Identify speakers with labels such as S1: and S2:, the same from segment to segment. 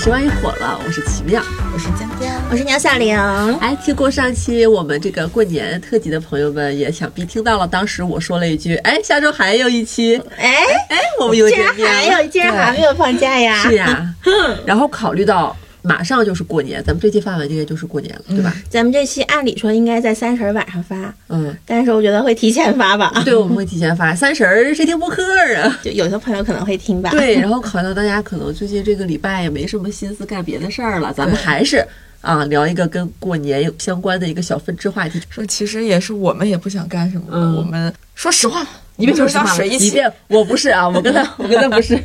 S1: 是万一火了，我是奇妙。
S2: 我是江江，
S3: 我是鸟小玲，
S1: 哎，听过上期我们这个过年特辑的朋友们，也想必听到了，当时我说了一句，哎，下周还有一期，
S3: 哎，
S1: 哎，我们又
S3: 竟然
S1: 见面了
S3: 还有，竟然还没有放假呀？
S1: 是 呀。然后考虑到马上就是过年，咱们这期发完应该就是过年了，
S3: 嗯
S1: 对吧？
S3: 咱们这期按理说应该在三十儿晚上发，
S1: 嗯，
S3: 但是我觉得会提前发吧。
S1: 对，我们会提前发。 三十儿谁听播客啊？
S3: 就有些朋友可能会听吧。
S1: 对，然后考虑到大家可能最近这个礼拜也没什么心思干别的事儿了，咱们还是啊聊一个跟过年有相关的一个小分支话题。
S2: 说其实也是我们也不想干什么，
S1: 嗯
S2: 我们说实话嘛，
S1: 一遍
S2: 我们就
S1: 就是是
S2: 想水一
S1: 一
S2: 起，
S1: 遍我不是啊，我跟 他我跟他不是。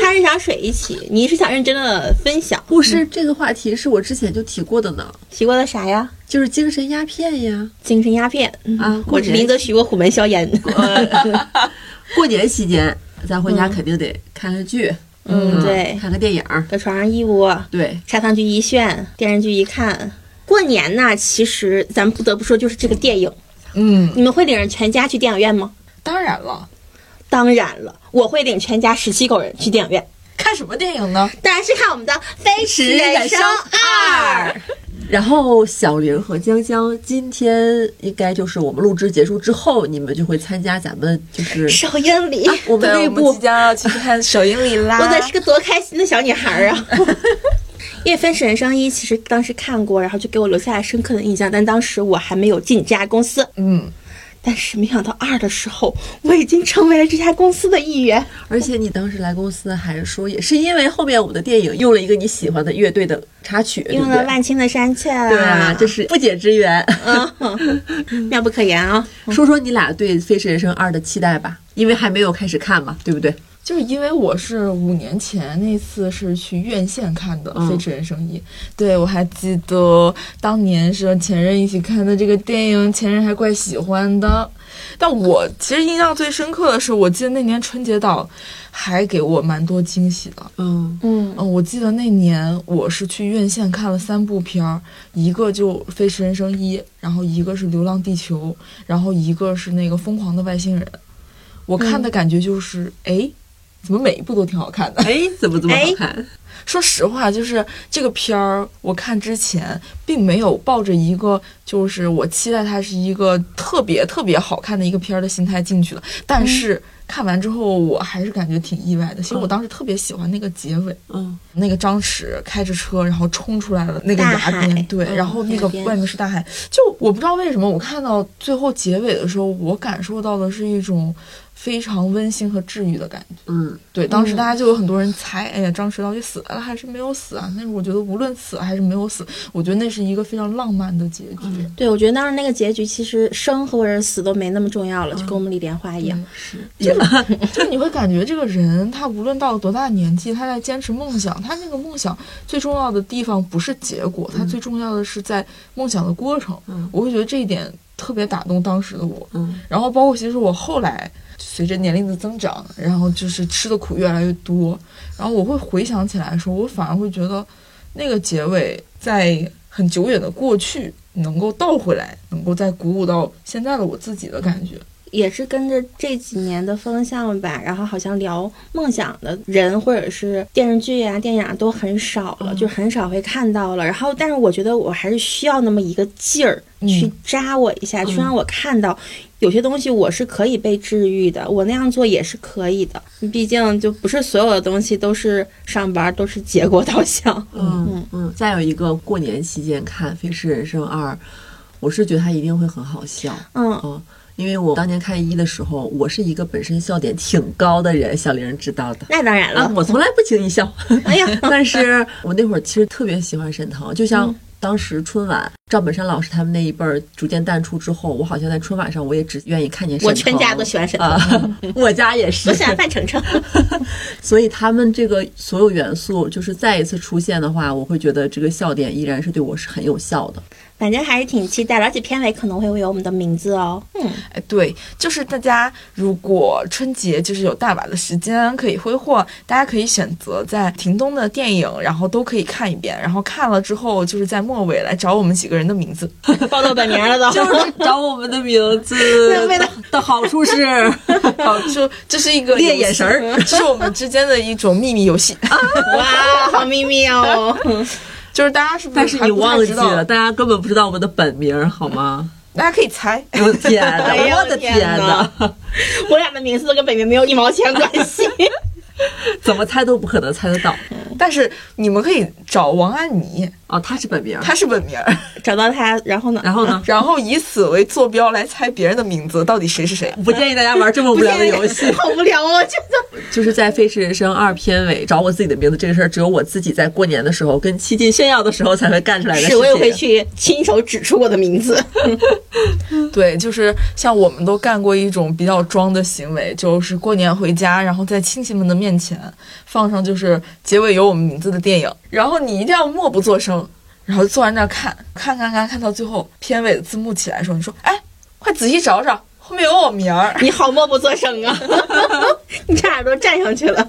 S3: 他是想水一起，你是想认真的分享
S1: 不是这个话题是我之前就提过的呢，
S3: 提过的啥呀？
S1: 就是精神鸦片 呀。
S3: 精神鸦片嗯
S1: 啊过
S3: 我是
S1: 年
S3: 林则徐，我虎门 销烟。
S1: 过年期间，咱回家肯定得看看剧，
S3: 嗯，对，
S1: 看个电影儿，
S3: 搁床上一窝，
S1: 对，
S3: 砂糖剧一炫，电视剧一看。过年呐，其实咱们不得不说，就是这个电影，
S2: 嗯，
S3: 你们会领着全家去电影院吗？
S2: 当然了，
S3: 当然了，我会领全家十七口人去电影院，
S2: 看什么电影呢？
S3: 当然是看我们的《飞驰人生二》。
S1: 然后小玲和江江今天应该就是我们录制结束之后，你们就会参加咱们就是
S3: 首映礼，
S1: 啊我们
S2: 对，
S1: 内
S2: 我们即
S1: 部
S2: 将要去看首映礼啦。
S3: 我得是个多开心的小女孩啊！ 因为《飞驰人生一》其实当时看过，然后就给我留下了深刻的印象，但当时我还没有进这家公司。
S2: 嗯，
S3: 但是没想到二的时候，我已经成为了这家公司的一员。
S1: 而且你当时来公司还说，也是因为后面我们的电影用了一个你喜欢的乐队的插曲，对
S3: 用
S1: 不
S3: 了
S1: 对？
S3: 万青的山雀啦，
S1: 对啊，这是不解之缘。
S3: 妙不可言啊！
S1: 说说你俩对《飞驰人生二》的期待吧，因为还没有开始看嘛，对不对？
S2: 就是因为我是五年前那次是去院线看的
S1: 嗯
S2: 《飞驰人生一》，对我还记得当年是和前任一起看的这个电影，前任还怪喜欢的。但我其实印象最深刻的是，我记得那年春节档还给我蛮多惊喜的。
S1: 嗯，
S3: 嗯，
S2: 嗯，我记得那年我是去院线看了三部片儿，一个就《飞驰人生一》，然后一个是《流浪地球》，然后一个是那个《疯狂的外星人》。我看的感觉就是，哎、怎么每一部都挺好看的？
S1: 哎，怎么这么好看？
S2: 说实话，就是这个片儿，我看之前并没有抱着一个就是我期待它是一个特别特别好看的一个片儿的心态进去的，但是。看完之后，我还是感觉挺意外的。其实我当时特别喜欢那个结尾，
S1: 嗯，
S2: 那个张弛开着车，然后冲出来了那个
S3: 大
S2: 崖
S3: 海
S2: 边，对，
S1: 嗯
S2: 然后那个
S3: 海边
S2: 外面是大海。就我不知道为什么，我看到最后结尾的时候，我感受到的是一种非常温馨和治愈的感觉。
S1: 嗯，
S2: 对，当时大家就有很多人猜，哎呀，张弛到底死了还是没有死啊？但是我觉得无论死还是没有死，我觉得那是一个非常浪漫的结局。
S3: 对，我觉得当时那个结局，其实生或者死都没那么重要了，就跟我们李莲花一样。
S2: 就你会感觉这个人，他无论到了多大年纪，他在坚持梦想，他那个梦想最重要的地方不是结果，他最重要的是在梦想的过程。
S1: 嗯
S2: 我会觉得这一点特别打动当时的我。
S1: 嗯，
S2: 然后包括其实我后来随着年龄的增长，然后就是吃的苦越来越多，然后我会回想起来的时候，我反而会觉得那个结尾在很久远的过去能够倒回来，能够再鼓舞到现在的我自己的感觉。
S3: 也是跟着这几年的风向吧，然后好像聊梦想的人或者是电视剧啊、电影啊都很少了，就很少会看到了。然后，但是我觉得我还是需要那么一个劲儿
S2: 嗯
S3: 去扎我一下，去让我看到有些东西我是可以被治愈的，我那样做也是可以的。毕竟就不是所有的东西都是上班都是结果导向。
S1: 嗯嗯，再有一个过年期间看《飞驰人生二》，我是觉得它一定会很好笑。
S3: 嗯，
S1: 嗯，因为我当年看一的时候，我是一个本身笑点挺高的人，小玲知道的
S3: 那当然了。
S1: 啊，我从来不轻易笑。
S3: 哎呀，
S1: 但是我那会儿其实特别喜欢沈腾，就像当时春晚赵本山老师他们那一辈儿逐渐淡出之后，我好像在春晚上我也只愿意看见沈腾。
S3: 我全家都喜欢沈腾，
S1: 啊， 我家也是
S3: 我。喜欢范丞丞。
S1: 所以他们这个所有元素，就是再一次出现的话，我会觉得这个笑点依然是对我是很有效的。
S3: 反正还是挺期待的，而且片尾可能会会有我们的名字哦。 嗯，
S2: 哎，对，就是大家如果春节就是有大把的时间可以挥霍，大家可以选择在屏东的电影，然后都可以看一遍，然后看了之后就是在末尾来找我们几个人的名字。
S3: 报道本年了都。
S1: 就是找我们的名字
S3: 为了
S1: 的好处 是，
S2: 好，就这是一个
S1: 练
S2: 游戏
S1: 眼神儿，啊
S2: 这是我们之间的一种秘密游戏。
S3: 哇，好秘密哦！
S2: 就是大家是不是
S1: 但是
S2: 还
S1: 你
S2: 不太
S1: 忘记
S2: 知道
S1: 了，大家根本不知道我们的本名，好 吗？
S2: 大家可以猜。
S1: 我的天哪！
S3: 哎呀
S1: 我的
S3: 天哪
S1: 哪！
S3: 我俩的名字都跟本名没有一毛钱关系。
S1: 怎么猜都不可能猜得到
S2: 但是你们可以找王安妮，
S1: 哦，他是本名，
S2: 她是本名儿，
S3: 找到他，然后呢？。
S1: 然后呢？
S2: 然后以此为坐标来猜别人的名字到底谁是谁。
S1: 不建议大家玩这么无聊的游戏
S3: 好无聊哦，我觉得。
S1: 就是在《飞驰人生二》片尾找我自己的名字这个事儿，只有我自己在过年的时候跟七进炫耀的时候才会干出来的事
S3: 是
S1: 情。
S3: 我也会去亲手指出我的名 字。
S2: 对，就是像我们都干过一种比较装的行为，就是过年回家，然后在亲戚们的面前放上就是结尾有我们名字的电影，然后你一定要默不作声，然后坐在那儿看，看看看看到最后片尾的字幕起来的时候，你说，哎，快仔细找找，后面有我名儿。
S3: 你好默不作声啊！ 你差点都站上去 了。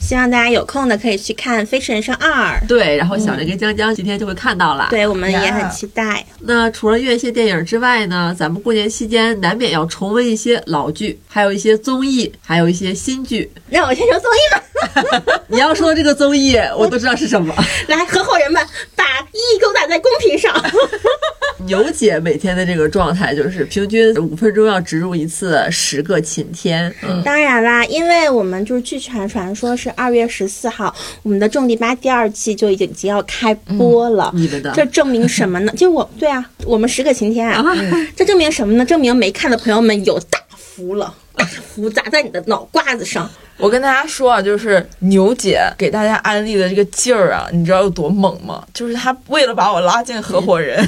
S3: 希望大家有空的可以去看《飞驰人生二》，
S1: 对，然后小雷跟江江今天就会看到了。
S3: 嗯对我们也很
S2: 呀
S3: 期待。
S1: 那除了院线电影之外呢，咱们过年期间难免要重温一些老剧，还有一些综艺，还有一些新剧。
S3: 让我先说综艺吧，
S1: 你要说这个综艺，我都知道是什么。
S3: 来，合伙人们把一给我打在公屏上。
S1: 牛姐每天的这个状态就是平均五分钟要植入一次十个晴天。 嗯，
S3: 当然啦，因为我们就是据传传说是二月十四号，我们的《种地吧》第二季就已经要开播了。
S1: 你
S2: 嗯
S1: 们的
S3: 这证明什么呢？就我对啊，我们十个晴天啊，
S1: 嗯
S3: 这证明什么呢？证明没看的朋友们有大福了，大福砸在你的脑瓜子上。
S2: 我跟大家说啊，就是牛姐给大家安利的这个劲儿啊，你知道有多猛吗？就是她为了把我拉进合伙人，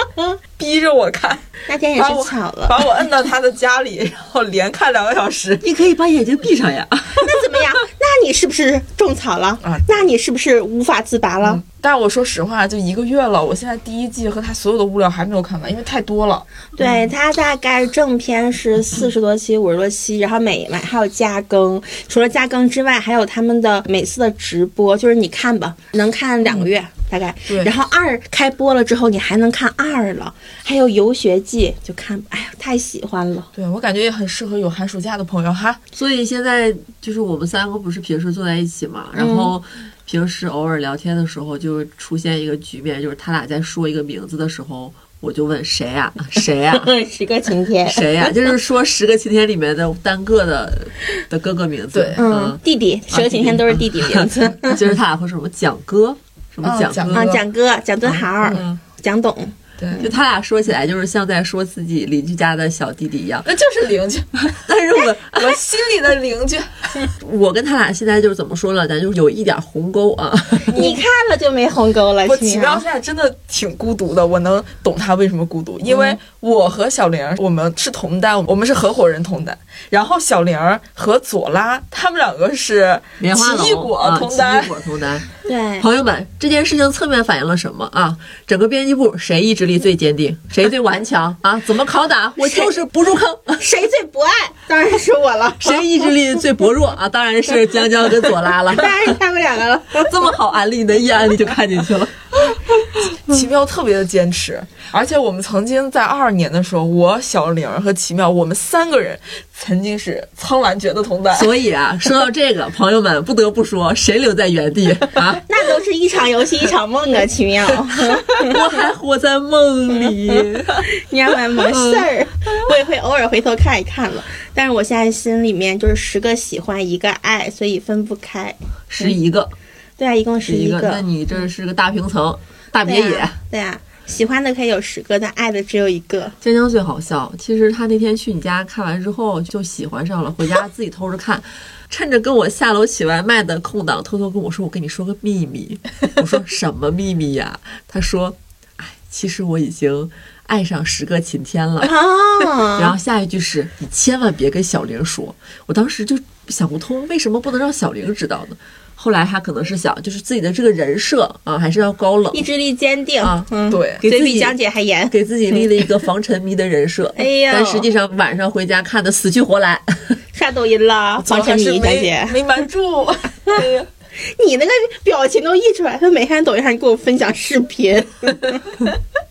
S2: 逼着我看，
S3: 那天也是
S2: 把啊我
S3: 巧了，
S2: 把我摁到她的家里，然后连看两个小时。
S1: 你可以把眼睛闭上呀。
S3: 那怎么样？那你是不是种草了？
S2: 啊
S3: 那你是不是无法自拔了？
S2: 但我说实话，就一个月了，我现在第一季和她所有的物料还没有看完，因为太多了。
S3: 对，它大概正片是四十多期、五十多期，然后每晚还有加更。除了加更之外，还有他们的每次的直播，就是你看吧，能看两个月。大概
S2: 对，
S3: 然后二开播了之后，你还能看二了，还有游学记就看吧，哎呀，太喜欢 了。
S2: 对我感觉也很适合有寒暑假的朋友哈。
S1: 所以现在就是我们三个不是平时坐在一起嘛，然后平时偶尔聊天的时候就出现一个局面，就是他俩在说一个名字的时候，我就问谁 呀、谁呀、
S3: 嗯，十个晴天，
S1: 谁呀、 就是说十个晴天里面的单个的的各个名字
S2: 对，
S3: 嗯，弟弟，十个晴天都是弟弟名字。
S1: 嗯，哦就是他俩会说什么蒋哥，什么
S2: 嗯
S1: 蒋
S2: 蒋
S1: 哥
S2: 哥
S3: 啊，蒋哥，蒋敦豪，
S1: 嗯
S3: 蒋董，
S2: 对，
S1: 就他俩说起来，就是像在说自己邻居家的小弟弟一样。
S2: 那就是邻居，
S1: 但是我
S2: 我心里的 邻居。
S1: 我跟他俩现在就是怎么说呢？咱就是有一点鸿沟啊。
S3: 你看了就没鸿沟了，
S2: 我
S3: 亲
S2: 奇
S3: 啊
S2: 妙现在真的挺孤独的，我能懂他为什么孤独，因
S1: 嗯
S2: 为我和小玲儿我们是同单，我们是合伙人同单，然后小玲儿和左拉他们两个是
S1: 棉花
S2: 奇异
S1: 龙
S2: 果
S1: 啊，
S2: 同
S1: 奇
S2: 单
S1: 异，果同单。
S3: 对，
S1: 朋友们，这件事情侧面反映了什么啊？整个编辑部谁意志力最坚定，谁最顽强啊？怎么拷打我就是不入坑，
S3: 谁最不爱？当然是我了，
S1: 谁意志力最薄弱啊？当然是江江跟左拉了。
S3: 当然是他们两个了。
S1: 这么好安利的，一安利就看进去了。
S2: 奇妙特别的坚持，而且我们曾经在二二年的时候，我小玲儿和奇妙我们三个人曾经是苍兰诀的同单，
S1: 所以啊，说到这个，朋友们不得不说，谁留在原地啊？
S3: 那都是一场游戏一场梦啊，奇妙！
S1: 我还活在梦里。
S3: 你让我没事儿， 我也会偶尔回头看一看了。但是我现在心里面就是十个喜欢，一个爱，所以分不开。
S1: 十一个，
S3: 对啊，一共
S1: 十
S3: 十一
S1: 个，那
S3: 个，
S1: 你这是个大平层，大别
S3: 对
S1: 野。
S3: 啊，对啊，喜欢的可以有十个，但爱的只有一个。
S1: 江江最好笑，其实他那天去你家看完之后就喜欢上了，回家自己偷着看，趁着跟我下楼取外卖的空档，偷偷跟我说：“我跟你说个秘密。”我说：“什么秘密呀、他说：“哎，其实我已经爱上十个晴天了。”
S3: 啊，
S1: 然后下一句是你千万别跟小玲说。我当时就想不通，为什么不能让小玲知道呢？后来他可能是想，就是自己的这个人设啊，还是要高冷
S3: 意，志力坚定
S1: 啊，
S3: 嗯，
S2: 对
S1: 给
S3: 嘴
S1: 自
S3: 比
S1: 己
S3: 江姐还严。
S1: 给自己立了一个防沉迷的人 设。
S3: 哎呦
S1: 但实际上晚上回家看的死去活来。
S3: 刷抖音了，
S2: 主
S3: 黄
S2: 要还
S3: 晨
S2: 是
S3: 宇小
S2: 没
S3: 姐，
S2: 没瞒 住。哎呀，
S3: 你那个表情都溢出来。他没看抖音上，你给我分享视频，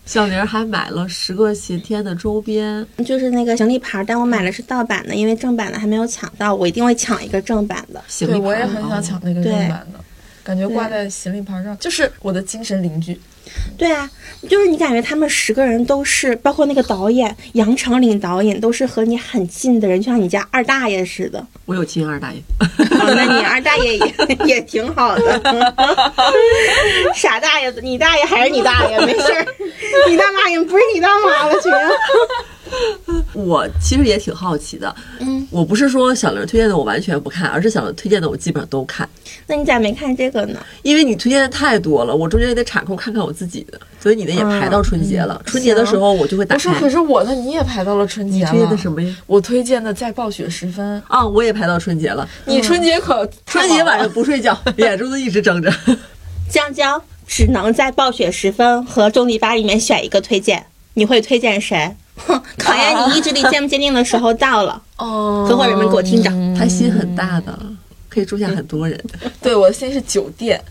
S1: 小玲儿还买了十个晴天的周边，
S3: 就是那个行李牌，但我买的是盗版的，因为正版的还没有抢到，我一定会抢一个正版的。
S1: 行李
S2: 对，
S1: 牌
S2: 我也很想抢那个
S3: 对
S2: 正版的，感觉挂在行李牌上就是我的精神邻居。
S3: 对啊，就是你感觉他们十个人都是，包括那个导演杨长岭导演，都是和你很近的人，就像你家二大爷似的。
S1: 我有亲二大爷。
S3: 哦，那你二大爷也也挺好的， 傻大爷，你大爷还是你大爷，没事儿，你大妈也不是你大妈了，行。
S1: 我其实也挺好奇的，
S3: 嗯，
S1: 我不是说小玲儿推荐的我完全不看，而是小玲儿推荐的我基本上都看，
S3: 那你咋没看这个呢？
S1: 因为你推荐的太多了，我中间也得插空看看我自己的，所以你的也排到春节了。春节的时候我就会打
S2: 嗯不是，
S1: 开。
S2: 可是我的你也排到了春节
S1: 你
S2: 了。
S1: 推荐的什么呀？
S2: 我推荐的《再暴雪时分》，
S1: 啊，我也排到春节了，嗯
S2: 你春节可
S1: 春节晚上不睡 觉，眼珠子一直睁着。
S3: 江江只能在《暴雪时分》和《重力八》里面选一个推荐，你会推荐谁？ 哼，考验你意志力坚不坚定的时候到了。
S2: 哦，
S3: 合伙人们给我听着
S1: 他心很大的，可以住下很多人。
S2: 对，我的心是酒店，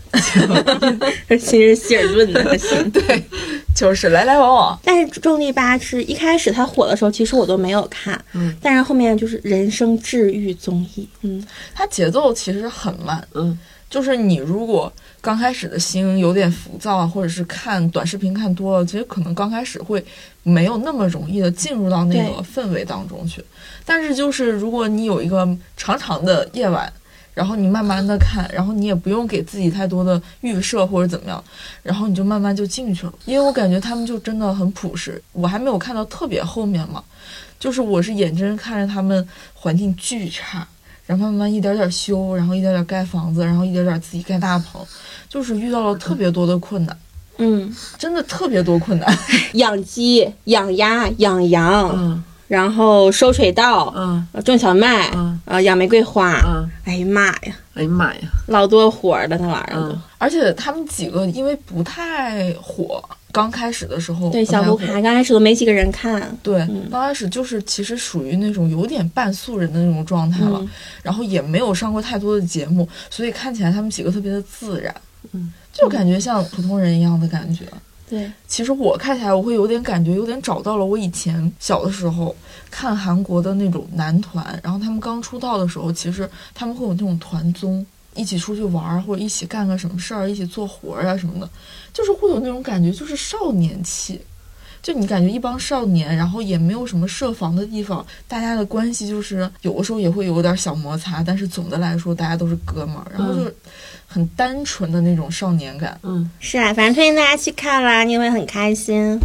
S3: 其实希尔顿的心。
S2: 对，就是来来往往。
S3: 但是《重力八》是一开始它火的时候，其实我都没有看，
S1: 嗯，
S3: 但是后面就是人生治愈综艺，嗯，
S2: 它节奏其实很慢，
S1: 嗯，
S2: 就是你如果刚开始的心有点浮躁啊，或者是看短视频看多了，其实可能刚开始会没有那么容易的进入到那个氛围当中去。但是就是如果你有一个长长的夜晚，然后你慢慢的看，然后你也不用给自己太多的预设或者怎么样，然后你就慢慢就进去了。因为我感觉他们就真的很朴实，我还没有看到特别后面嘛，就是我是眼睁看着他们环境巨差，然后慢慢一点点修，然后一点点盖房子，然后一点点自己盖大棚，就是遇到了特别多的困难，
S3: 嗯，
S2: 真的特别多困难。
S3: 养鸡、养鸭、养羊，
S1: 嗯
S3: 然后收水稻，
S1: 嗯
S3: 呃种小麦，
S1: 嗯
S3: 呃，养玫瑰花。
S1: 嗯，
S3: 哎呀妈呀，
S1: 哎呀妈呀，
S3: 老多活儿了那玩意儿都。
S1: 嗯
S2: 而且他们几个因为不太火，刚开始的时候
S3: 对，
S2: 不太
S3: 小
S2: 火
S3: 胡牌刚开始都没几个人看，
S2: 对，
S3: 嗯
S2: 刚开始就是其实属于那种有点半素人的那种状态了，
S3: 嗯
S2: 然后也没有上过太多的节目，所以看起来他们几个特别的自然，
S1: 嗯，
S2: 就感觉像普通人一样的感觉。
S3: 对，
S2: 其实我看起来，我会有点感觉，有点找到了我以前小的时候看韩国的那种男团，然后他们刚出道的时候，其实他们会有那种团综，一起出去玩儿，或者一起干个什么事儿，一起做活儿啊什么的，就是会有那种感觉，就是少年气。就你感觉一帮少年，然后也没有什么设防的地方，大家的关系就是有的时候也会有点小摩擦，但是总的来说大家都是哥们儿，然后就是很单纯的那种少年感。
S1: 嗯，
S3: 是啊，反正推荐大家去看啦，你也会很开心。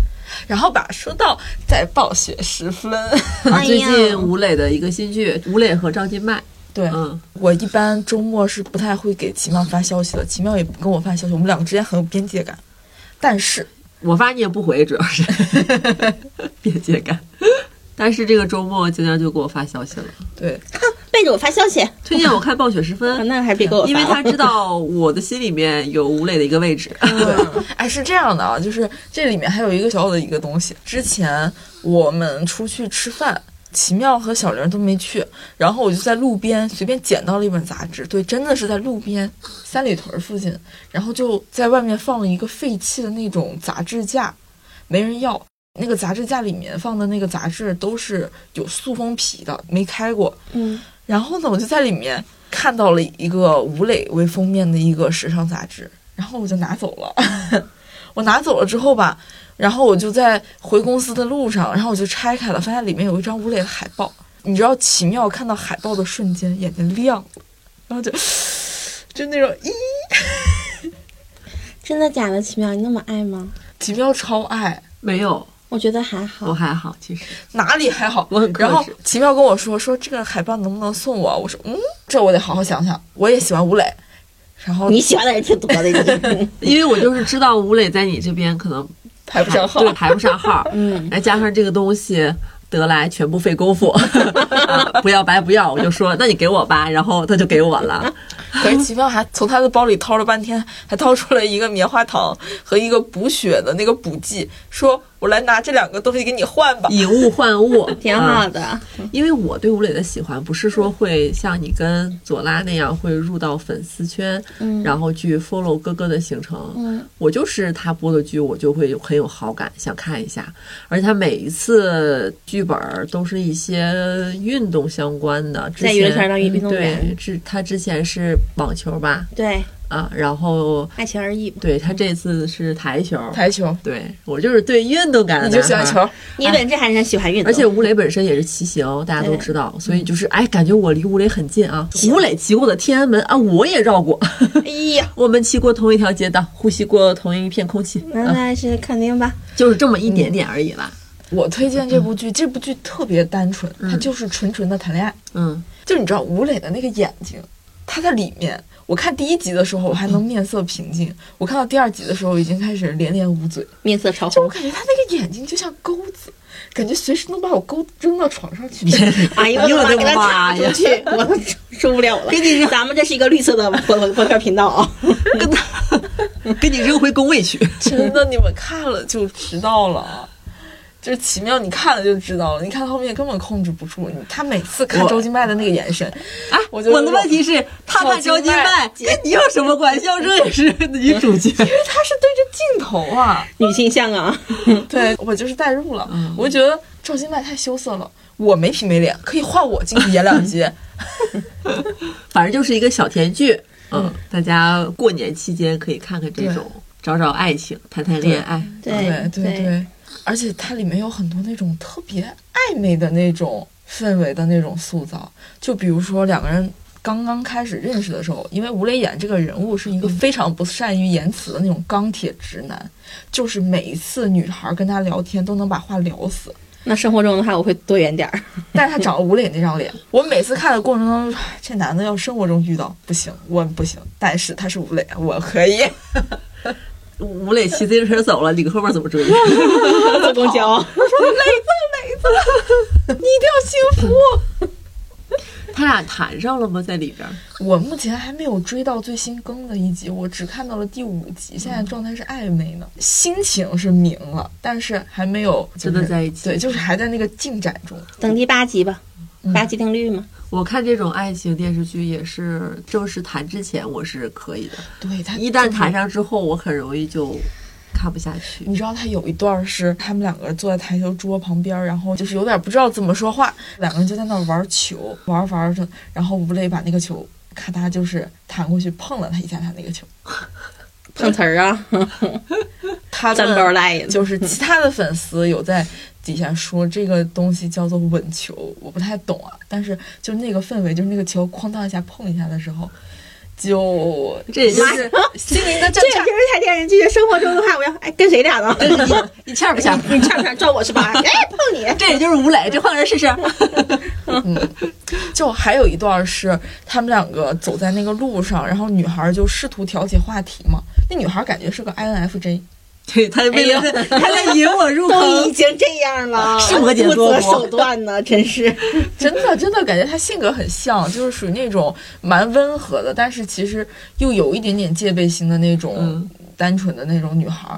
S2: 然后吧，说到在暴雪时分，
S1: 啊，
S3: 哎
S1: 最
S3: 呀
S1: 近吴磊的一个新剧，吴磊和赵今麦，
S2: 对、
S1: 嗯，
S2: 我一般周末是不太会给奇妙发消息的，奇妙也不跟我发消息，我们两个之间很有边界感。但是
S1: 我发现你也不回，主要 是边界感。但是这个周末江江就给我发消息了，
S2: 对，
S3: 背着我发消息，
S1: 推荐我看《暴雪时
S3: 啊
S1: 分
S3: 那还别给我》，发
S1: 因为他
S3: 了
S1: 知道我的心里面有吴磊的一个位置。
S2: 对，哎，是这样的啊，就是这里面还有一个小小的一个东西。之前我们出去吃饭，奇妙和小玲都没去，然后我就在路边随便捡到了一本杂志，对，真的是在路边三里屯附近，然后就在外面放了一个废弃的那种杂志架，没人要。那个杂志架里面放的那个杂志都是有塑封皮的，没开过。
S3: 嗯，
S2: 然后呢，我就在里面看到了一个吴磊为封面的一个时尚杂志，然后我就拿走了。 我拿走了之后吧，然后我就在回公司的路上，然后我就拆开了，发现里面有一张吴磊的海报。你知道奇妙看到海报的瞬间，眼睛亮了，然后就 就那种咦，
S3: 真的假的？奇妙，你那么爱吗？
S2: 奇妙超爱，
S1: 没有，
S3: 我觉得还
S1: 我
S3: 好。
S1: 还好，其实
S2: 哪里还好？
S1: 我很克制
S2: 然后奇妙跟我说说这个海报能不能送我？我说嗯，这我得好好想想。我也喜欢吴磊，然后
S3: 你喜欢的人挺多的， 你
S1: 因为我就是知道吴磊在你这边可能
S2: 排不上号，
S1: 对，排不上 号。
S3: 嗯，
S1: 再加上这个东西得来全不费功夫，啊不要白不要，我就说那你给我吧，然后他就给我了。
S2: 可是齐妙还从他的包里掏了半天，还掏出了一个棉花糖和一个补血的那个补剂，说我来拿这两个东西给你换吧。
S1: 以物换物， 啊
S3: 挺好的。
S1: 因为我对吴磊的喜欢，不是说会像你跟左拉那样会入到粉丝圈，
S3: 嗯
S1: 然后去 follow 哥哥的行程。
S3: 嗯，
S1: 我就是他播的剧，我就会有很有好感，想看一下。而且他每一次剧本儿都是一些运动相关的，之
S3: 在娱乐圈
S1: 前嗯
S3: 当运动
S1: 对
S3: 员，
S1: 之他之前是网球吧，
S3: 对，
S1: 啊，然后
S3: 爱情而已嘛。
S1: 对他这次是台球。
S2: 台球，
S1: 对我就是对运动感的，
S2: 你就喜欢球。，
S3: 你本质还是喜欢运动，
S1: 而且吴磊本身也是骑行，大家都知道，所以就是哎，感觉我离吴磊很近啊。吴磊骑过的天安门啊，我也绕过，
S3: 哎呀，
S1: 我们骑过同一条街道，呼吸过同一片空气，
S3: 那
S1: 啊、
S3: 那是肯定吧？
S1: 就是这么一点点而已啦。
S2: 我推荐这部剧，这部剧特别单纯，它就是纯纯的谈恋爱。
S1: 嗯，
S2: 就是你知道吴磊的那个眼睛，他在里面，我看第一集的时候我还能面色平静，我看到第二集的时候已经开始连连捂嘴，
S3: 面色潮
S2: 就我
S3: 红。
S2: 感觉他那个眼睛就像钩子，感觉随时能把我钩扔到床上去。
S3: 哎呦
S1: 哎呦
S3: 我
S1: 我的
S3: 的妈！给他
S1: 妈
S3: 插
S1: 呀
S3: 出去，我都受不了了。咱们这是一个绿色的播播客频道啊。
S1: 跟他给你扔回工位去。啊
S2: 真的，你们看了就知道了。就是奇妙，你看了就知道了。你看后面根本控制不住，你他每次看
S1: 我
S2: 周金麦的那个眼神，
S1: 啊，
S2: 我就
S1: 我的问题是，他看
S2: 小
S1: 周
S2: 金
S1: 金
S2: 麦
S1: 麦跟哎你有什么关系？要说也是女主角。
S2: 因为他是对着镜头啊。
S3: 女性向啊，
S2: 对我就是代入了，我觉得赵金麦太羞涩了，我没皮没脸，可以换我进去演两集。
S1: 反正就是一个小甜剧，嗯，大家过年期间可以看看这种，找找爱情，谈谈恋爱。
S2: 对
S3: 对
S2: 对，而且它里面有很多那种特别暧昧的那种氛围的那种塑造，就比如说两个人。刚刚开始认识的时候，因为吴磊演这个人物是一个非常不善于言辞的那种钢铁直男，就是每一次女孩跟他聊天都能把话聊死，
S3: 那生活中的话，我会多远点儿。
S2: 但是他长了吴磊那张脸，我每次看的过程当中，唉这男的要生活中遇到不行，我不行，但是他是吴磊，我可以。
S1: 吴磊骑自行车走了，你后面怎么 追？
S3: 坐公交，
S2: 你一定要幸
S1: 他俩谈上了吗？在里边儿？
S2: 福。我目前还没有追到最新更的一集，我只看到了第五集，现在
S1: 嗯
S2: 状态是暧昧呢，心情是明了，但是还没有就
S1: 真
S2: 是
S1: 的在一起
S2: 对，就是还在那个进展中。
S3: 等第八集吧，八级定律嘛。
S1: 我看这种爱情电视剧也是，正式谈之前我是可以的，
S2: 对他
S1: 一旦
S2: 就是
S1: 谈上之后，我很容易就看不下去。
S2: 你知道他有一段儿是他们两个坐在台球桌旁边儿，然后就是有点不知道怎么说话，两个人就在那儿玩球，玩儿玩儿着，然后吴磊把那个球咔嗒就是弹过去碰了他一下，他那个球，
S3: 碰瓷儿啊，
S2: 他
S3: 三包
S2: 们
S3: 赖的。
S2: 就是其他的粉丝有在底下说这个东西叫做稳球，我不太懂啊，但是就是那个氛围，就是那个球哐当一下碰一下的时候，就
S1: 这也就是
S2: 心灵的震
S3: 这
S2: 颤
S3: 就是。台电视剧，生活中的话，我要哎跟谁俩呢？
S1: 你欠不欠？
S3: 你唱唱撞我是吧？ 哎，碰你。
S1: 这也就是吴磊，这换人试试。
S2: 嗯就还有一段是他们两个走在那个路上，然后女孩就试图挑起话题嘛。那女孩感觉是个 INFJ，
S1: 对，他为了 他在引我入
S3: 都已
S1: 坑。
S3: 经这样了，
S1: 是摩羯
S3: 不
S1: 座
S3: 择
S1: 不
S3: 手段呢，真是。
S2: 真的真的感觉她性格很像，就是属于那种蛮温和的，但是其实又有一点点戒备心的那种
S1: 嗯
S2: 单纯的那种女孩。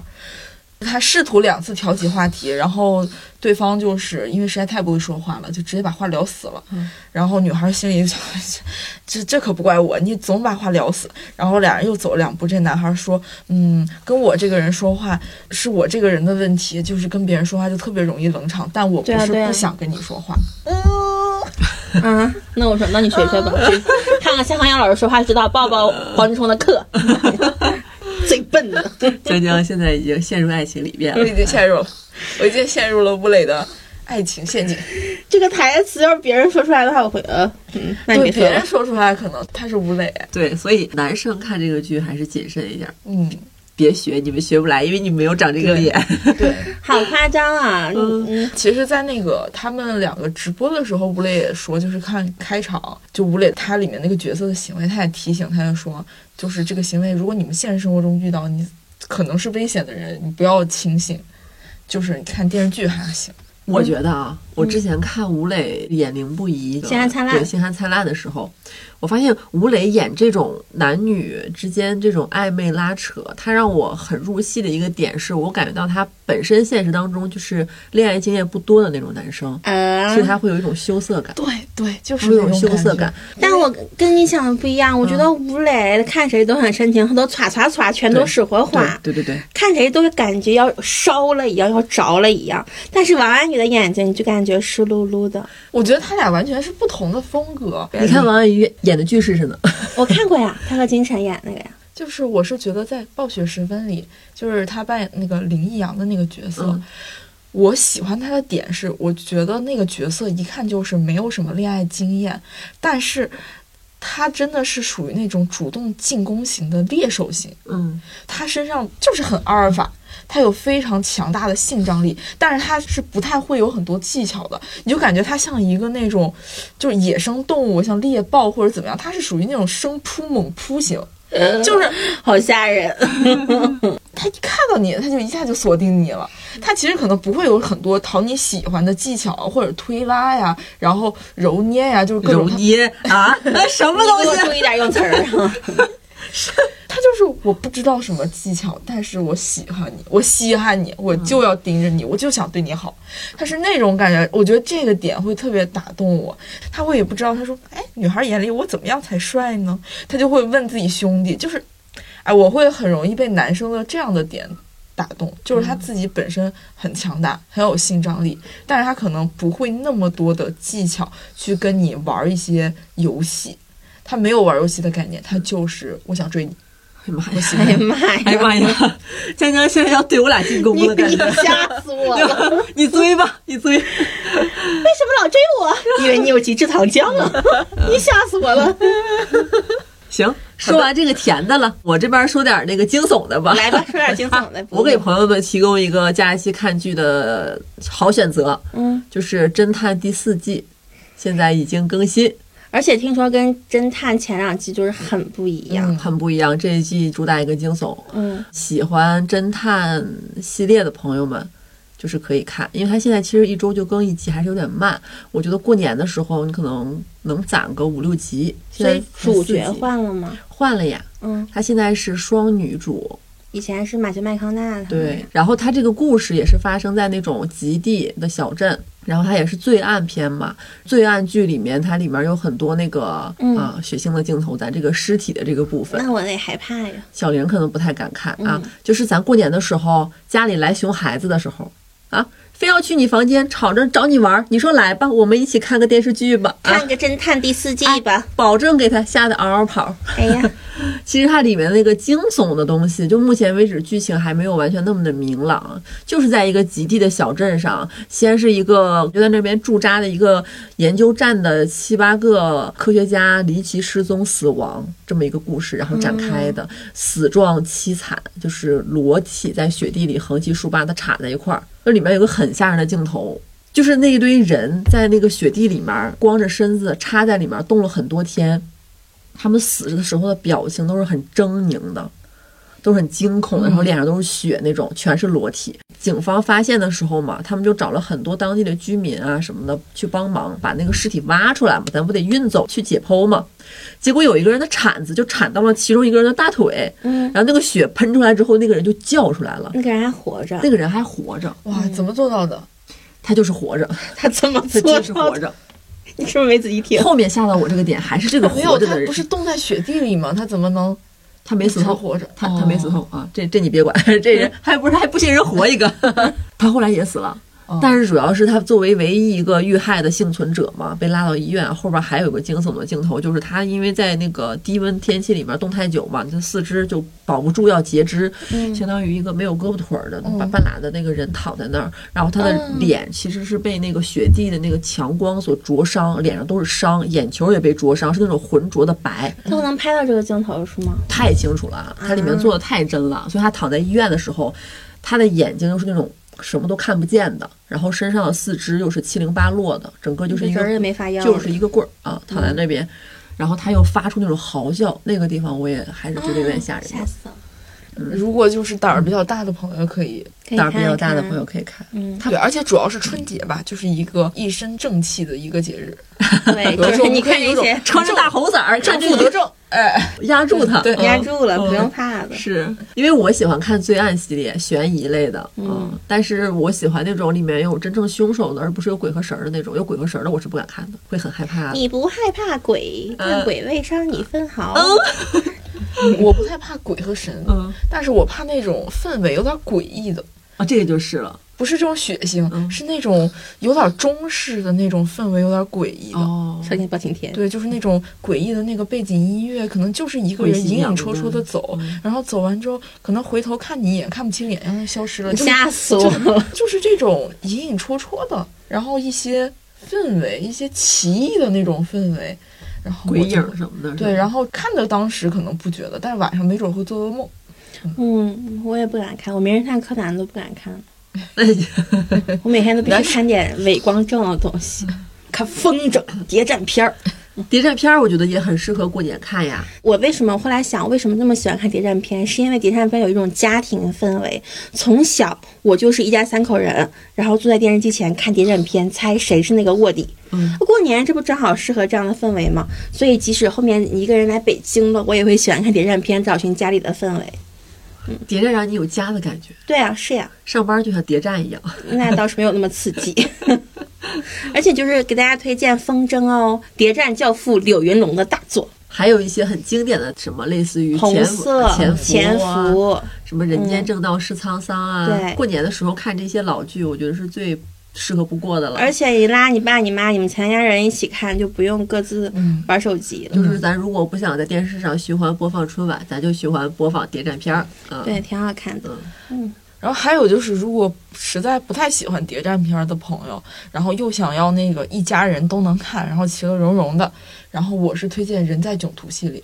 S2: 她试图两次挑起话题，然后对方就是因为实在太不会说话了，就直接把话聊死了。
S3: 嗯
S2: 然后女孩心里想， 这这可不怪我，你总把话聊死。然后俩人又走两步，这男孩说：“嗯，跟我这个人说话是我这个人的问题，就是跟别人说话就特别容易冷场，但我不
S3: 对啊
S2: 是
S3: 对啊
S2: 不想跟你说话。
S3: 嗯，那我说，那你学学吧，看看夏航阳老师说话就知道，报报黄志冲的课。 最笨的，
S1: 江江现在已经陷入爱情里面
S2: 我
S1: 了。
S2: 已经陷入了，我已经陷入了吴磊的爱情陷阱。
S3: 这个台词要是别人说出来的话，我会呃，嗯，那你别
S2: 对
S3: 说
S2: 别
S3: 了
S2: 人。说出来，可能他是吴磊。
S1: 对，所以男生看这个剧还是谨慎一点，
S2: 嗯，
S1: 别学，你们学不来，因为你没有长这个
S2: 对
S1: 脸。
S2: 对。
S3: 好夸张啊！嗯，
S2: 其实，在那个他们两个直播的时候，吴磊也说，就是看开场，就吴磊他里面那个角色的行为，他也提醒，他就说，就是这个行为，如果你们现实生活中遇到，你可能是危险的人，你不要轻信。就是你看电视剧还行，
S1: 我觉得啊，我之前看吴磊演凌不疑的《
S3: 星汉灿烂
S1: 对《星汉灿烂》的时候，我发现吴磊演这种男女之间这种暧昧拉扯，他让我很入戏的一个点是，我感觉到他本身现实当中就是恋爱经验不多的那种男生，
S3: 啊
S1: 所以他会有一种羞涩感，
S2: 对对，就是
S1: 会有
S2: 那
S1: 一
S2: 种
S1: 种羞涩感
S2: 感觉。。
S3: 但我跟你想的不一样，我觉得吴磊看谁都很深情，很多歘歘歘全都使火
S1: 对
S3: 花，
S1: 对对对，
S3: 看谁都感觉要烧了一样，要着了一样。但是王安宇的眼睛就感觉湿漉漉的。
S2: 我觉得他俩完全是不同的风格。
S1: 你看王安宇演的剧是什么？
S3: 我看过呀，他和金晨演那 个呀，
S2: 就是我是觉得在《暴雪时分》里，就是他扮演那个林逸阳的那个角色，
S1: 嗯
S2: 我喜欢他的点是，我觉得那个角色一看就是没有什么恋爱经验，但是他真的是属于那种主动进攻型的猎手型，
S1: 嗯，
S2: 他身上就是很阿尔法。他有非常强大的性张力，但是他是不太会有很多技巧的，你就感觉他像一个那种，就是野生动物，像猎豹或者怎么样，他是属于那种生扑猛扑型，
S3: 呃嗯
S2: 就是
S3: 好吓人。
S2: 他一看到你，他就一下就锁定你了。他其实可能不会有很多讨你喜欢的技巧，或者推拉呀，然后揉捏呀，就是各
S1: 揉
S2: 种他
S1: 捏啊，什么东
S3: 多
S1: 西？啊
S3: 注意点用词儿。
S2: 他就是我不知道什么技巧，但是我喜欢你，我稀罕你，我就要盯着你，我就想对你好。他是那种感觉，我觉得这个点会特别打动我。他会也不知道，他说，哎，女孩眼里我怎么样才帅呢？他就会问自己兄弟，就是，哎，我会很容易被男生的这样的点打动，就是他自己本身很强大，很有性张力，但是他可能不会那么多的技巧去跟你玩一些游戏。他没有玩游戏的概念，他就是我想追你，
S1: 哎呀妈
S2: 我
S1: 呀！
S2: 喜欢
S3: 哎呀。
S2: 你
S3: 妈呀！
S1: 哎呀妈呀！江江现在要对我俩进攻
S3: 你
S1: 了，感
S3: 你
S1: 觉。
S3: 吓死我 了！
S1: 你追吧，你追。
S3: 为什么老追我？ 因为你有极致糖浆啊！ 你吓死我 了！
S1: 行，说完这个甜的了，我这边说点那个惊悚的吧。
S3: 来吧，说点惊悚的。
S1: 我给朋友们提供一个假期看剧的好选择，
S3: 嗯，
S1: 就是《侦探》第四季，现在已经更新，
S3: 而且听说跟侦探前两季就是很不一样。
S2: 嗯
S1: 很不一样。这一季主打一个惊悚，
S3: 嗯，
S1: 喜欢侦探系列的朋友们。就是可以看，因为它现在其实一周就更一集，还是有点慢。我觉得过年的时候你可能能攒个五六集。现
S3: 所
S1: 在
S3: 以主角
S1: 才四集
S3: 换了吗？
S1: 换了呀，
S3: 嗯，
S1: 它现在是双女主，
S3: 以前是马修麦康纳他们
S1: 对，然后它这个故事也是发生在那种极地的小镇，然后它也是罪案片嘛。罪案剧里面，它里面有很多那个啊、
S3: 嗯
S1: 血腥的镜头，在这个尸体的这个部分，
S3: 那我得害怕呀。
S1: 小玲可能不太敢看啊。
S3: 嗯
S1: 就是咱过年的时候，家里来熊孩子的时候啊，非要去你房间吵着找你玩儿，你说来吧，我们一起看个电视剧吧啊
S3: 看，个侦探第四季 吧。
S1: 保证给他吓得嗷嗷跑。
S3: 哎呀，
S1: 其实它里面那个惊悚的东西，就目前为止剧情还没有完全那么的明朗，就是在一个极地的小镇上，先是一个就在那边驻扎的一个研究站的七八个科学家离奇失踪死亡这么一个故事，然后展开的，死状凄惨，就是裸体在雪地里横七竖八的插在一块儿，那里面有个很吓人的镜头。就是那一堆人在那个雪地里面光着身子插在里面冻了很多天，他们死的时候的表情都是很狰狞的，都是很惊恐的，然后脸上都是血那种，全是裸体。警方发现的时候嘛，他们就找了很多当地的居民啊什么的去帮忙，把那个尸体挖出来嘛，咱不得运走去解剖嘛。结果有一个人的铲子就铲到了其中一个人的大腿，
S3: 嗯，
S1: 然后那个血喷出来之后，那个人就叫出来了，
S3: 那个人还活着
S1: 那，个人还活着，
S2: 哇，怎么做到的？
S1: 他就是活着，
S3: 他怎么
S1: 他
S3: 做
S1: 真是
S3: 到
S1: 活
S3: 的？
S1: 着。
S3: 你是不是没仔细 听？
S1: 后面吓到我这个点还是这个
S2: 没有，
S1: 活着
S2: 他
S1: 的人
S2: 不，是冻在雪地里吗？他怎么能
S1: 他没死
S2: 还
S1: 透，
S2: 活着？
S1: 他
S2: 哦嗯
S1: 他没死透啊，这这你别管， 这人还不是还不信人活一个， 他后来也死了
S2: 哦。
S1: 但是主要是他作为唯一一个遇害的幸存者嘛，被拉到医院。后边还有个惊悚的镜头，就是他因为在那个低温天气里面冻太久嘛，他四肢就保不住要截肢，
S3: 嗯
S1: 相当于一个没有胳膊腿儿的半半拉的那个人躺在那儿，然后他的脸其实是被那个雪地的那个强光所灼伤，脸上都是伤，眼球也被灼伤，是那种浑浊的白。
S3: 都能拍到这个镜头是吗？
S1: 太清楚了，它里面做的太真了，所以他躺在医院的时候，他的眼睛又是那种什么都看不见的，然后身上的四肢又是七零八落的，整个就是一
S3: 这
S1: 个
S3: 人也没法要，
S1: 就是一个棍儿啊，躺在那边，哦然后他又发出那种嚎叫，那个地方我也还是觉得有点吓人的。
S3: 哦吓死了。
S2: 如果就是胆儿比较大的朋友可以，
S3: 可以
S1: 胆儿比
S3: 看一
S1: 较大的
S3: 看
S1: 朋友，可以看。
S3: 嗯，
S2: 对，而且主要是春节吧，就是一个一身正气的一个节日，
S3: 对，
S2: 有
S3: 就
S2: 时候
S3: 是
S2: 我
S3: 你
S2: 们可
S3: 看
S2: 以有
S3: 那
S2: 种
S3: 些
S1: 穿着大红色儿，
S2: 正
S1: 正
S2: 负
S1: 负得
S2: 得 正，哎，
S1: 压住它。
S2: 对
S1: 嗯
S3: 压住了，
S1: 嗯
S3: 不用怕了。
S1: 是因为我喜欢看罪案系列、悬疑类的，嗯，但是我喜欢那种里面有真正凶手的，而不是有鬼和神儿的那种。有鬼和神儿的我是不敢看的，会很害怕的。
S3: 你不害怕鬼，但
S1: 呃
S3: 鬼未伤你分毫。
S2: 我不太怕鬼和神，
S1: 嗯，
S2: 但是我怕那种氛围有点诡异的，
S1: 啊，这个就是了。
S2: 不是这种血腥，
S1: 嗯
S2: 是那种有点中式的那种氛围，有点诡异的。
S1: 哦
S3: 小心包青天，
S2: 对，就是那种诡异的那个背景音乐，可能就是一个人
S1: 会吸
S2: 影
S1: 引
S2: 影
S1: 人
S2: 绰绰的走，
S1: 嗯
S2: 然后走完之后，可能回头看你一眼，看不清脸，然后就消失了，就是
S3: 吓死我了！
S2: 就是这种隐隐绰绰的，然后一些氛围，一些奇异的那种氛围，然后
S1: 鬼影
S2: 我
S1: 儿
S2: 就
S1: 什么的，
S2: 对，然
S1: 后
S2: 后看着当时可能不觉得，但是晚上没准会做噩梦。
S3: 嗯，我也不敢看，我名侦探柯南都不敢看，
S1: 那你
S3: 我每天都必须看点伪光正的东西，看风筝、谍战片儿。
S1: 谍战片儿我觉得也很适合过年看呀。
S3: 我为什么后来想，为什么那么喜欢看谍战片？是因为谍战片有一种家庭氛围。从小我就是一家三口人，然后坐在电视机前看谍战片，猜谁是那个卧底。
S1: 嗯，
S3: 过年这不正好适合这样的氛围吗？所以即使后面一个人来北京了，我也会喜欢看谍战片，找寻家里的氛围。
S1: 谍战让你有家的感觉，
S3: 对啊，是呀、
S1: 上班就像谍战一样。
S3: 那倒是没有那么刺激。 而且就是给大家推荐《风筝》哦，《谍战教父》柳云龙的大作，
S1: 还有一些很经典的什么，类似于
S3: 《红
S1: 潜
S3: 色
S1: 潜
S3: 潜
S1: 伏啊、
S3: 伏》
S1: 什么人间正道是沧桑啊。
S3: 嗯对
S1: 过年的时候看这些老剧，我觉得是最适合不过的了。
S3: 而且你拉你爸你妈，你们全家人一起看，就不用各自
S2: 嗯
S3: 玩手机了。
S1: 就是咱如果不想在电视上循环播放春晚，咱就循环播放谍战片儿。嗯，
S3: 对，挺好看的。
S1: 嗯，
S2: 然后还有就是，如果实在不太喜欢谍战片儿的朋友，然后又想要那个一家人都能看，然后其乐融融的，然后我是推荐《人在囧途》系列，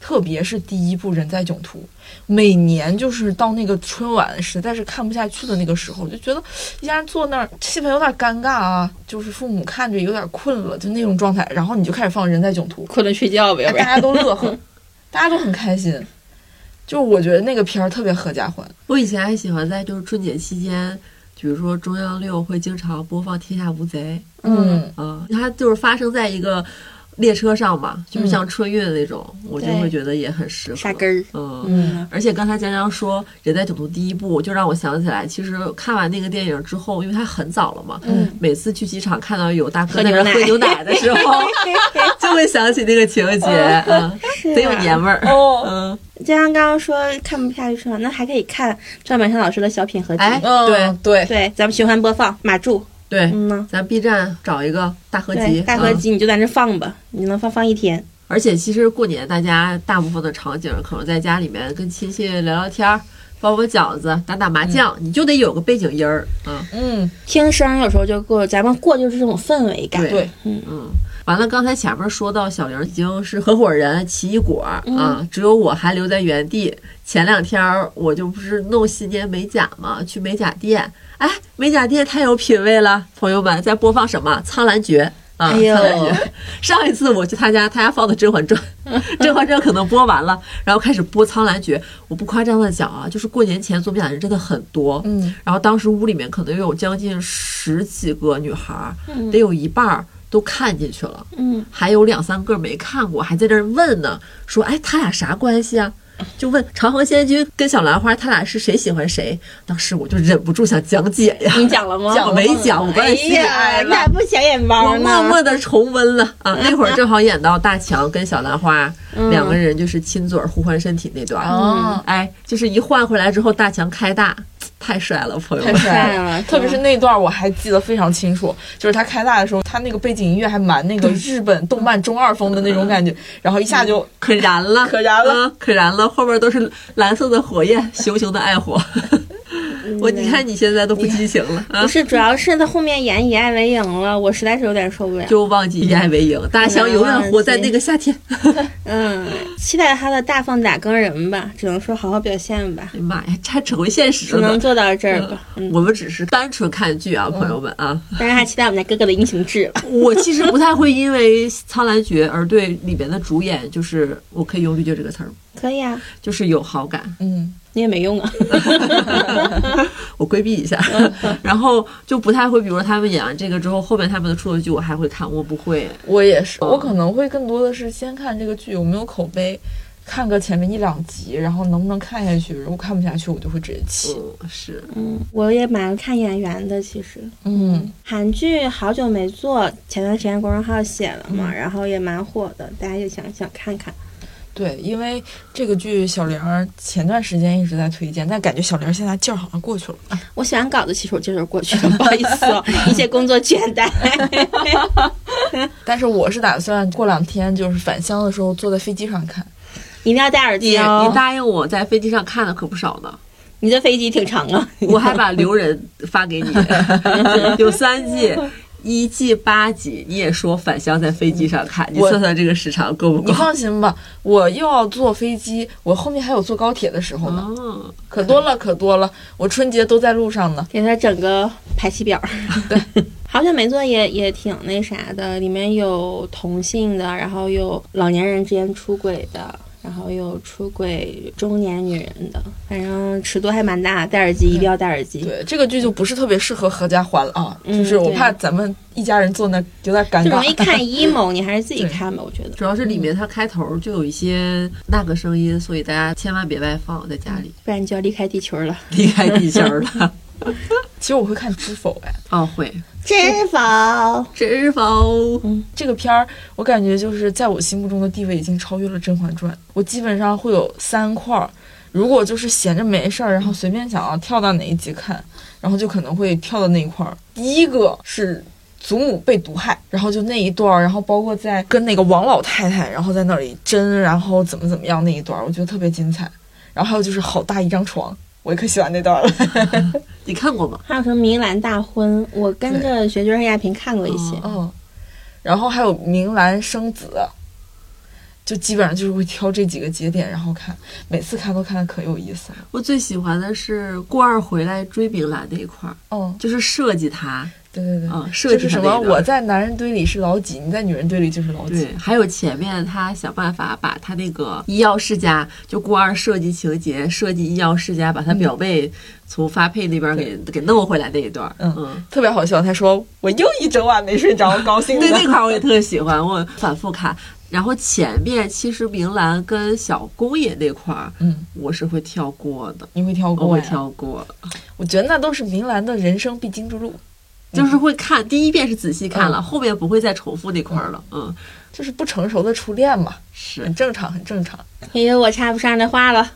S2: 特别是第一部《人在囧途》，每年就是到那个春晚，实在是看不下去的那个时候，就觉得一家人坐那儿气氛有点尴尬啊，就是父母看着有点困了，就那种状态，然后你就开始放《人在囧途》，
S3: 困了睡觉呗，要
S2: 哎
S3: 不
S2: 大
S3: 然
S2: 家都乐 呵，大家都很开心，就我觉得那个片儿特别合家欢。
S1: 我以前还喜欢在就是春节期间，比如说中央六会经常播放《天下无贼》。
S3: 嗯，
S1: 啊，它就是发生在一个列车上嘛，就是像春运那种，我就
S3: 嗯对
S1: 会觉得也很适合。
S3: 杀根儿。
S1: 嗯。
S2: 嗯
S1: 而且刚才江江说《人在囧途》第一部，就让我想起来，其实看完那个电影之后，因为它很早了嘛，
S3: 嗯
S1: 每次去机场看到有大哥
S3: 喝
S1: 在那
S3: 牛
S1: 儿
S3: 奶
S1: 喝牛奶的时候， 就会想起那个情节，嗯，
S3: 哦是 啊
S1: 贼有年味儿，
S2: 哦
S1: 嗯，
S3: 就像刚刚说看不下去春晚，那还可以看赵本山老师的小品合集。
S1: 哎
S2: 嗯，对
S3: 对，咱们循环播放码住。
S1: 对，
S3: 嗯呐，
S1: 咱 B 站找一个大合
S3: 对，
S1: 集，
S3: 大合
S1: 嗯
S3: 集你就在那放吧，你能放放一天。
S1: 而且其实过年大家大部分的场景，可能在家里面跟亲戚聊聊天儿，包包饺子、打打麻将，
S3: 嗯
S1: 你就得有个背景音儿，嗯
S2: 嗯，
S3: 听声儿有时候就过，咱们过就是这种氛围感。
S1: 对
S2: 对，
S1: 嗯。完了，刚才前面说到小玲已经是合伙人、奇异果儿
S3: 嗯
S1: 啊，只有我还留在原地。前两天儿我就不是弄新年美甲嘛，去美甲店，哎，美甲店太有品位了，朋友们在播放什么《苍兰诀》啊，
S3: 哎呦
S1: 苍兰诀》。 上一次我去他家，他家放的《甄嬛传》，《甄嬛传》可能播完了，然后开始播《苍兰诀》。我不夸张的讲啊，就是过年前做美甲的人真的很多，
S2: 嗯，
S1: 然后当时屋里面可能有将近十几个女孩儿，
S3: 嗯
S1: 得有一半儿都看进去了，
S3: 嗯，
S1: 还有两三个没看过，还在这儿问呢，说哎，他俩啥关系啊？就问长恒仙君跟小兰花，他俩是谁喜欢谁？当时我就忍不住想讲解呀，
S3: 你讲了吗？
S1: 讲没讲？我刚
S3: 哎
S1: 才心里
S3: 呀，你咋不小眼包
S1: 我
S3: 呢？
S1: 默默的重温了啊，那会儿正好演到大强跟小兰花、两个人就是亲嘴儿互换身体那段儿，
S2: 哦
S1: 哎，就是一换回来之后，大强开大，太帅了，朋友
S2: 太
S1: 们。
S2: 帅
S3: 了
S2: 了，嗯
S3: 是吧
S2: 特别是那段我还记得非常清楚，就是他开大的时候，他那个背景音乐还蛮那个日本动漫中二风的那种感觉，然后一下就
S1: 可燃了，
S2: 可燃了
S1: 啊，可燃了！后面都是蓝色的火焰，熊熊的爱火。 我你看你现在都不激情了啊
S3: 不，是，主要是他后面演以爱为营了，我实在是有点受不了。
S1: 就忘记以爱为营，大强永远活在那个夏天。
S3: 嗯，期待他的大放打更人吧，只能说好好表现吧，
S1: 哎呀妈呀，这还成为现实
S3: 只能
S1: 了。
S3: 做到这儿吧。嗯，
S1: 我们只是单纯看剧啊，朋友们啊。
S3: 当然还期待我们家哥哥的英雄志了。
S1: 我其 实不太会因为《苍兰诀》而对里边的主演，就是我可以用“绿界”这个词儿吗，
S3: 可以啊，
S1: 就是有好感，
S2: 嗯，
S3: 你也没用啊。
S1: 我规避一下，嗯然后就不太会，比如说他们演完这个之后，后面他们的出的剧我还会看，我不会。
S2: 我也是，
S1: 嗯
S2: 我可能会更多的是先看这个剧有没有口碑，看个前面一两集，然后能不能看下去。如果看不下去，我就会直接弃。
S1: 嗯，是，
S3: 嗯，我也蛮看演员的，其实
S2: 嗯，
S3: 韩剧好久没做，前段时间公众号写了嘛，然后也蛮火的，大家也想想看看。
S2: 对，因为这个剧小玲儿前段时间一直在推荐，但感觉小玲儿现在劲儿好像过去了。
S3: 我写完稿子，其实我就是过去了，不好意思 哦，一些工作倦怠。
S2: 但是我是打算过两天就是返乡的时候坐在飞机上看。
S3: 一定要戴耳
S1: 你
S3: 机哦
S1: 你，答应我在飞机上看的可不少呢，
S3: 你的飞机挺长啊。
S1: 我还把留人发 给你，有三季。一季八集，你也说返乡在飞机上看，你
S2: 我
S1: 算算这个时长够不
S2: 你
S1: 够？
S2: 放心吧，我又要坐飞机，我后面还有坐高铁的时候
S3: 嗯
S2: 呢，
S1: 哦，
S2: 可多了可多了，我春节都在路上 呢。
S3: 给他整个排期表。
S2: 对，
S3: 好久没做也也挺那啥的，里面有同性的，然后有老年人之间出轨的。然后有出轨中年女人的，反正尺度还蛮大，戴耳机一定要戴耳机。
S2: 对，这个剧就不是特别适合合家欢了啊，
S3: 嗯
S2: 就是我
S3: 对
S2: 怕咱们一家人坐那有点尴
S3: 就容易
S2: 尬。
S3: 看 emo，你还是自己看吧，我觉得。
S1: 主要是里面它开头就有一些那个声音，所以大家千万别外放，在家里
S3: 不然你就要离开地球了。
S1: 嗯离开地球了。
S2: 其实我会看《知否》哎，
S1: 哦，会，嗯
S3: 知否？
S1: 知否？
S2: 这个片儿我感觉就是在我心目中的地位已经超越了《甄嬛传》，我基本上会有三块儿。如果就是闲着没事儿，然后随便想要跳到哪一集看，然后就可能会跳到那一块儿。第一个是祖母被毒害，然后就那一段儿，然后包括在跟那个王老太太，然后在那里争，然后怎么怎么样那一段儿，我觉得特别精彩。然后还有就是好大一张床，我可喜欢那段儿了。
S1: 你看过吗？
S3: 还有什么《明兰大婚》？我跟着学军和亚萍看过一些。
S1: 哦
S2: 嗯，然后还有明兰生子，就基本上就是会挑这几个节点，然后看，每次看都看的可有意思了。
S1: 我最喜欢的是顾二回来追明兰那一块儿，
S2: 嗯，
S1: 就是设计他
S2: 对对对，
S1: 啊，设
S2: 就
S1: 计
S2: 是
S1: 他
S2: 什
S1: 那
S2: 么？
S1: 一段
S2: 我在男人堆里是老几，你在女人堆里就是老几。
S1: 对，还有前面他想办法把他那个医药世家，就顾二设计情节，设计医药世家，把他表妹从发配那边给、给弄回来那一段儿，
S2: 嗯
S1: 嗯
S2: 特别好笑，他说我又一整晚没睡着，高兴的
S1: 对。 那块儿我也特喜欢，我反复看。然后前面其实明兰跟小公爷那块儿，
S2: 嗯，
S1: 我是会跳过的，
S2: 你会挑
S1: 我
S2: 过
S1: 会啊
S2: 呀？
S1: 跳过，
S2: 我觉得那都是明兰的人生必经之路，
S1: 就是会看第一遍是仔细看了，
S2: 嗯
S1: 后面不会再重复那块儿了。嗯，
S2: 就是不成熟的初恋嘛，
S1: 是
S2: 很正常，很正常。
S3: 因哎为我插不上这话了，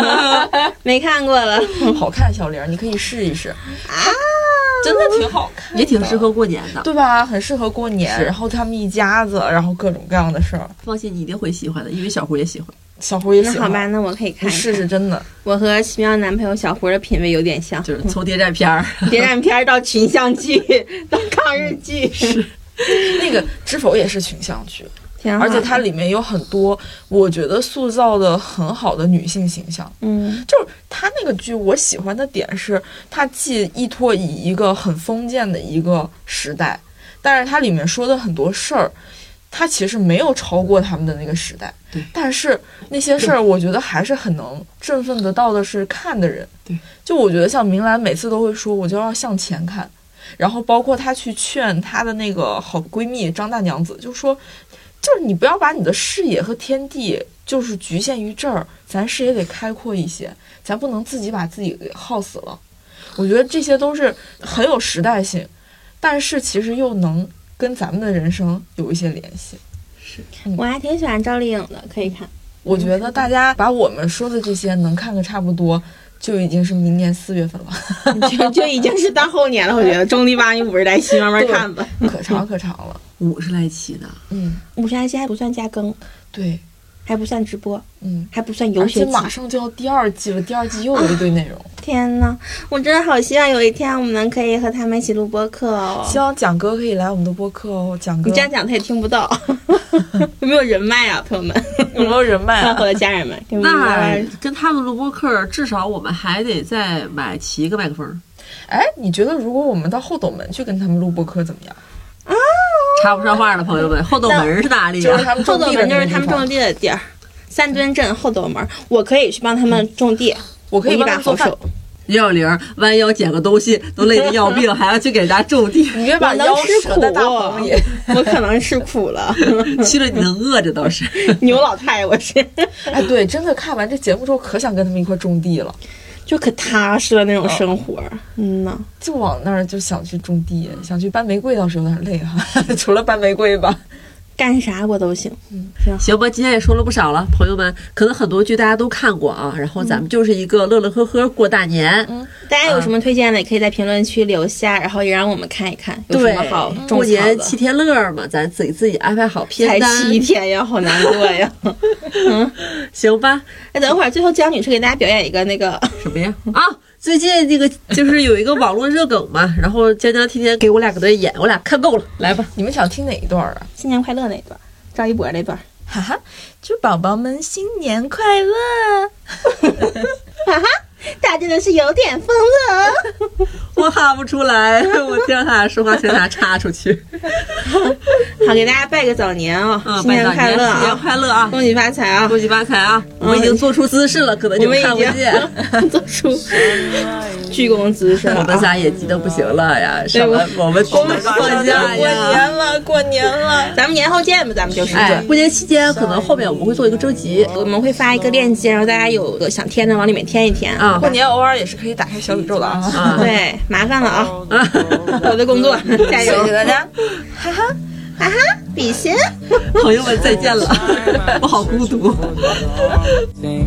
S3: 没看过了。
S2: 好看，小玲儿，你可以试一试，真的挺好看的，
S1: 啊也挺适合过年的。
S2: 对吧？很适合过年
S1: 是，
S2: 然后他们一家子，然后各种各样的事儿。
S1: 放心，你一定会喜欢的，因为小胡也喜欢。
S2: 小胡也
S3: 那
S2: 喜
S3: 好吧，
S2: 欢，
S3: 那我可以
S2: 你
S3: 看一看。
S2: 试试，真的。
S3: 我和奇妙男朋友小胡的品味有点像，
S1: 就是从谍战片儿，
S3: 谍战片儿到群像剧 到抗日剧，
S2: 那个《知否》也是群像剧，
S3: 挺好。
S2: 而且它，里面有很多我觉得塑造的很好的女性形象。
S3: 嗯，
S2: 就是它那个剧，我喜欢的点是，它既依托以一个很封建的一个时代，但是它里面说的很多事儿，它其实没有超过他们的那个时代
S1: 对。
S2: 但是那些事儿，我觉得还是很能振奋得到的是看的人。
S1: 对，
S2: 就我觉得像明兰每次都会说，我就要向前看。然后包括她去劝她的那个好闺蜜张大娘子，就说，就是你不要把你的视野和天地就是局限于这儿，咱视野得开阔一些，咱不能自己把自己给耗死了。我觉得这些都是很有时代性，但是其实又能跟咱们的人生有一些联系。
S3: 我还挺喜欢赵丽颖的，可以 看。
S2: 我觉得大家把我们说的这些能看个差不多，就已经是明年四月份了，
S3: 就就已经是到后年了，我觉 得中立吧，你五十来期慢慢看吧。
S2: 可 长可长了。
S1: 五十来期呢。
S2: 嗯，
S3: 五十来期还不算加更，
S2: 对，
S3: 还不算直播，
S2: 嗯，
S3: 还不算游
S2: 而
S3: 学
S2: 且
S3: 集。
S2: 马上就要第二季了，第二季又有一堆内容。
S3: 天呐，我真的好希望有一天我们能可以和他们一起录播客哦。
S2: 啊希望蒋哥可以来我们的播客哦，蒋哥
S3: 你这样讲他也听不 到，有没有人脉啊，朋 友们，
S2: 有没有人脉
S3: 包
S2: 啊
S3: 括？ 我的家人啊们？给我们聊
S1: 那
S3: 聊
S1: 跟他们录播课，至少我们还得再买齐一个麦克风，
S2: 哎，你觉得如果我们到后斗门去跟他们录播客怎么样？
S1: 插不上话了，朋友们。后斗门是哪里
S2: 就是
S1: 啊？
S2: 他们
S3: 哎后
S2: 种
S3: 斗
S2: 地的
S3: 门就是
S2: 那个地
S3: 他们
S2: 方
S3: 种地的地儿，三墩镇后斗门， 我可以去帮他们种地，
S2: 我可以
S3: 一
S2: 帮他
S3: 把
S2: 们做
S3: 好
S2: 饭
S3: 手。
S1: 六小玲弯腰捡个东西都累得要命，还要去给人家种 地，
S2: 你别把
S3: 我能
S2: 腰
S3: 吃
S2: 折
S3: 苦哦
S2: 在大棚 里。
S3: 我可能吃苦 了，
S1: 去了你能饿着倒是。
S3: 牛老太我是，
S2: 哎，对，真的看完这节目之后，可想跟他们一块种地了，
S3: 就可踏实了那种生活。嗯呐，
S2: 就往那儿就想去种地，想去搬玫瑰，倒是有点累哈、 除了搬玫瑰吧，
S3: 干啥我都行。
S1: 行吧，今天也说了不少了，朋友们，可能很多剧大家都看过啊，然后咱们就是一个乐乐呵呵过大年，
S3: 大家有什么推荐的，也可以在评论区留下，然后也让我们看一看有什
S1: 对
S3: 么好，种
S1: 过
S3: 草
S1: 年
S3: 的。
S1: 七天乐嘛，咱自己自己安排好
S3: 才
S1: 片单，
S3: 七天呀，好难过呀！
S1: 行吧？
S3: 哎，等会儿最后江女士给大家表演一个那个，
S1: 什么呀？啊，最近那个就是有一个网络热梗嘛， 然后江江天天给我俩搁那演，我俩看够了，来吧，
S2: 你们想听哪一段啊？
S3: 新年快乐那一段，赵一博那段，
S2: 哈哈，祝宝宝们新年快乐！
S3: 哈哈，他真的是有点疯了。
S1: 我喊不出来，我听着他俩说话，听着他俩插出去，
S3: 好，给大家拜个早年啊、
S1: 嗯，
S3: 新年
S1: 拜早
S3: 快乐
S1: 新年
S3: 啊，
S1: 快乐啊！
S3: 恭喜发财啊！
S1: 恭喜发财啊！我已经做出姿势了，可能你
S3: 我
S1: 们
S3: 们
S1: 看不
S3: 已
S1: 见。
S3: 经做 出鞠躬姿势了
S1: 我们
S3: 啊！
S1: 仨也急得不行了呀！上
S3: 嗯
S1: 完我们
S2: 我
S1: 我
S2: 们
S1: 们
S2: 说
S1: 放假
S2: 过
S1: 呀。
S2: 年了，过年了，
S3: 咱们年后见吧，咱们就是。
S1: 哎，过年期间可能后面我们会做一个征集
S3: 我们会发一个链接，然后大家有个想填的往里面填一填。
S1: 啊
S2: 过年偶尔也是可以打开小宇宙的啊！
S1: 啊！
S3: 对，麻烦了啊！ 我的工作，加油！
S2: 大家。
S3: 哈哈，比心。
S1: 朋友们再见 了，我好孤独。
S4: thing.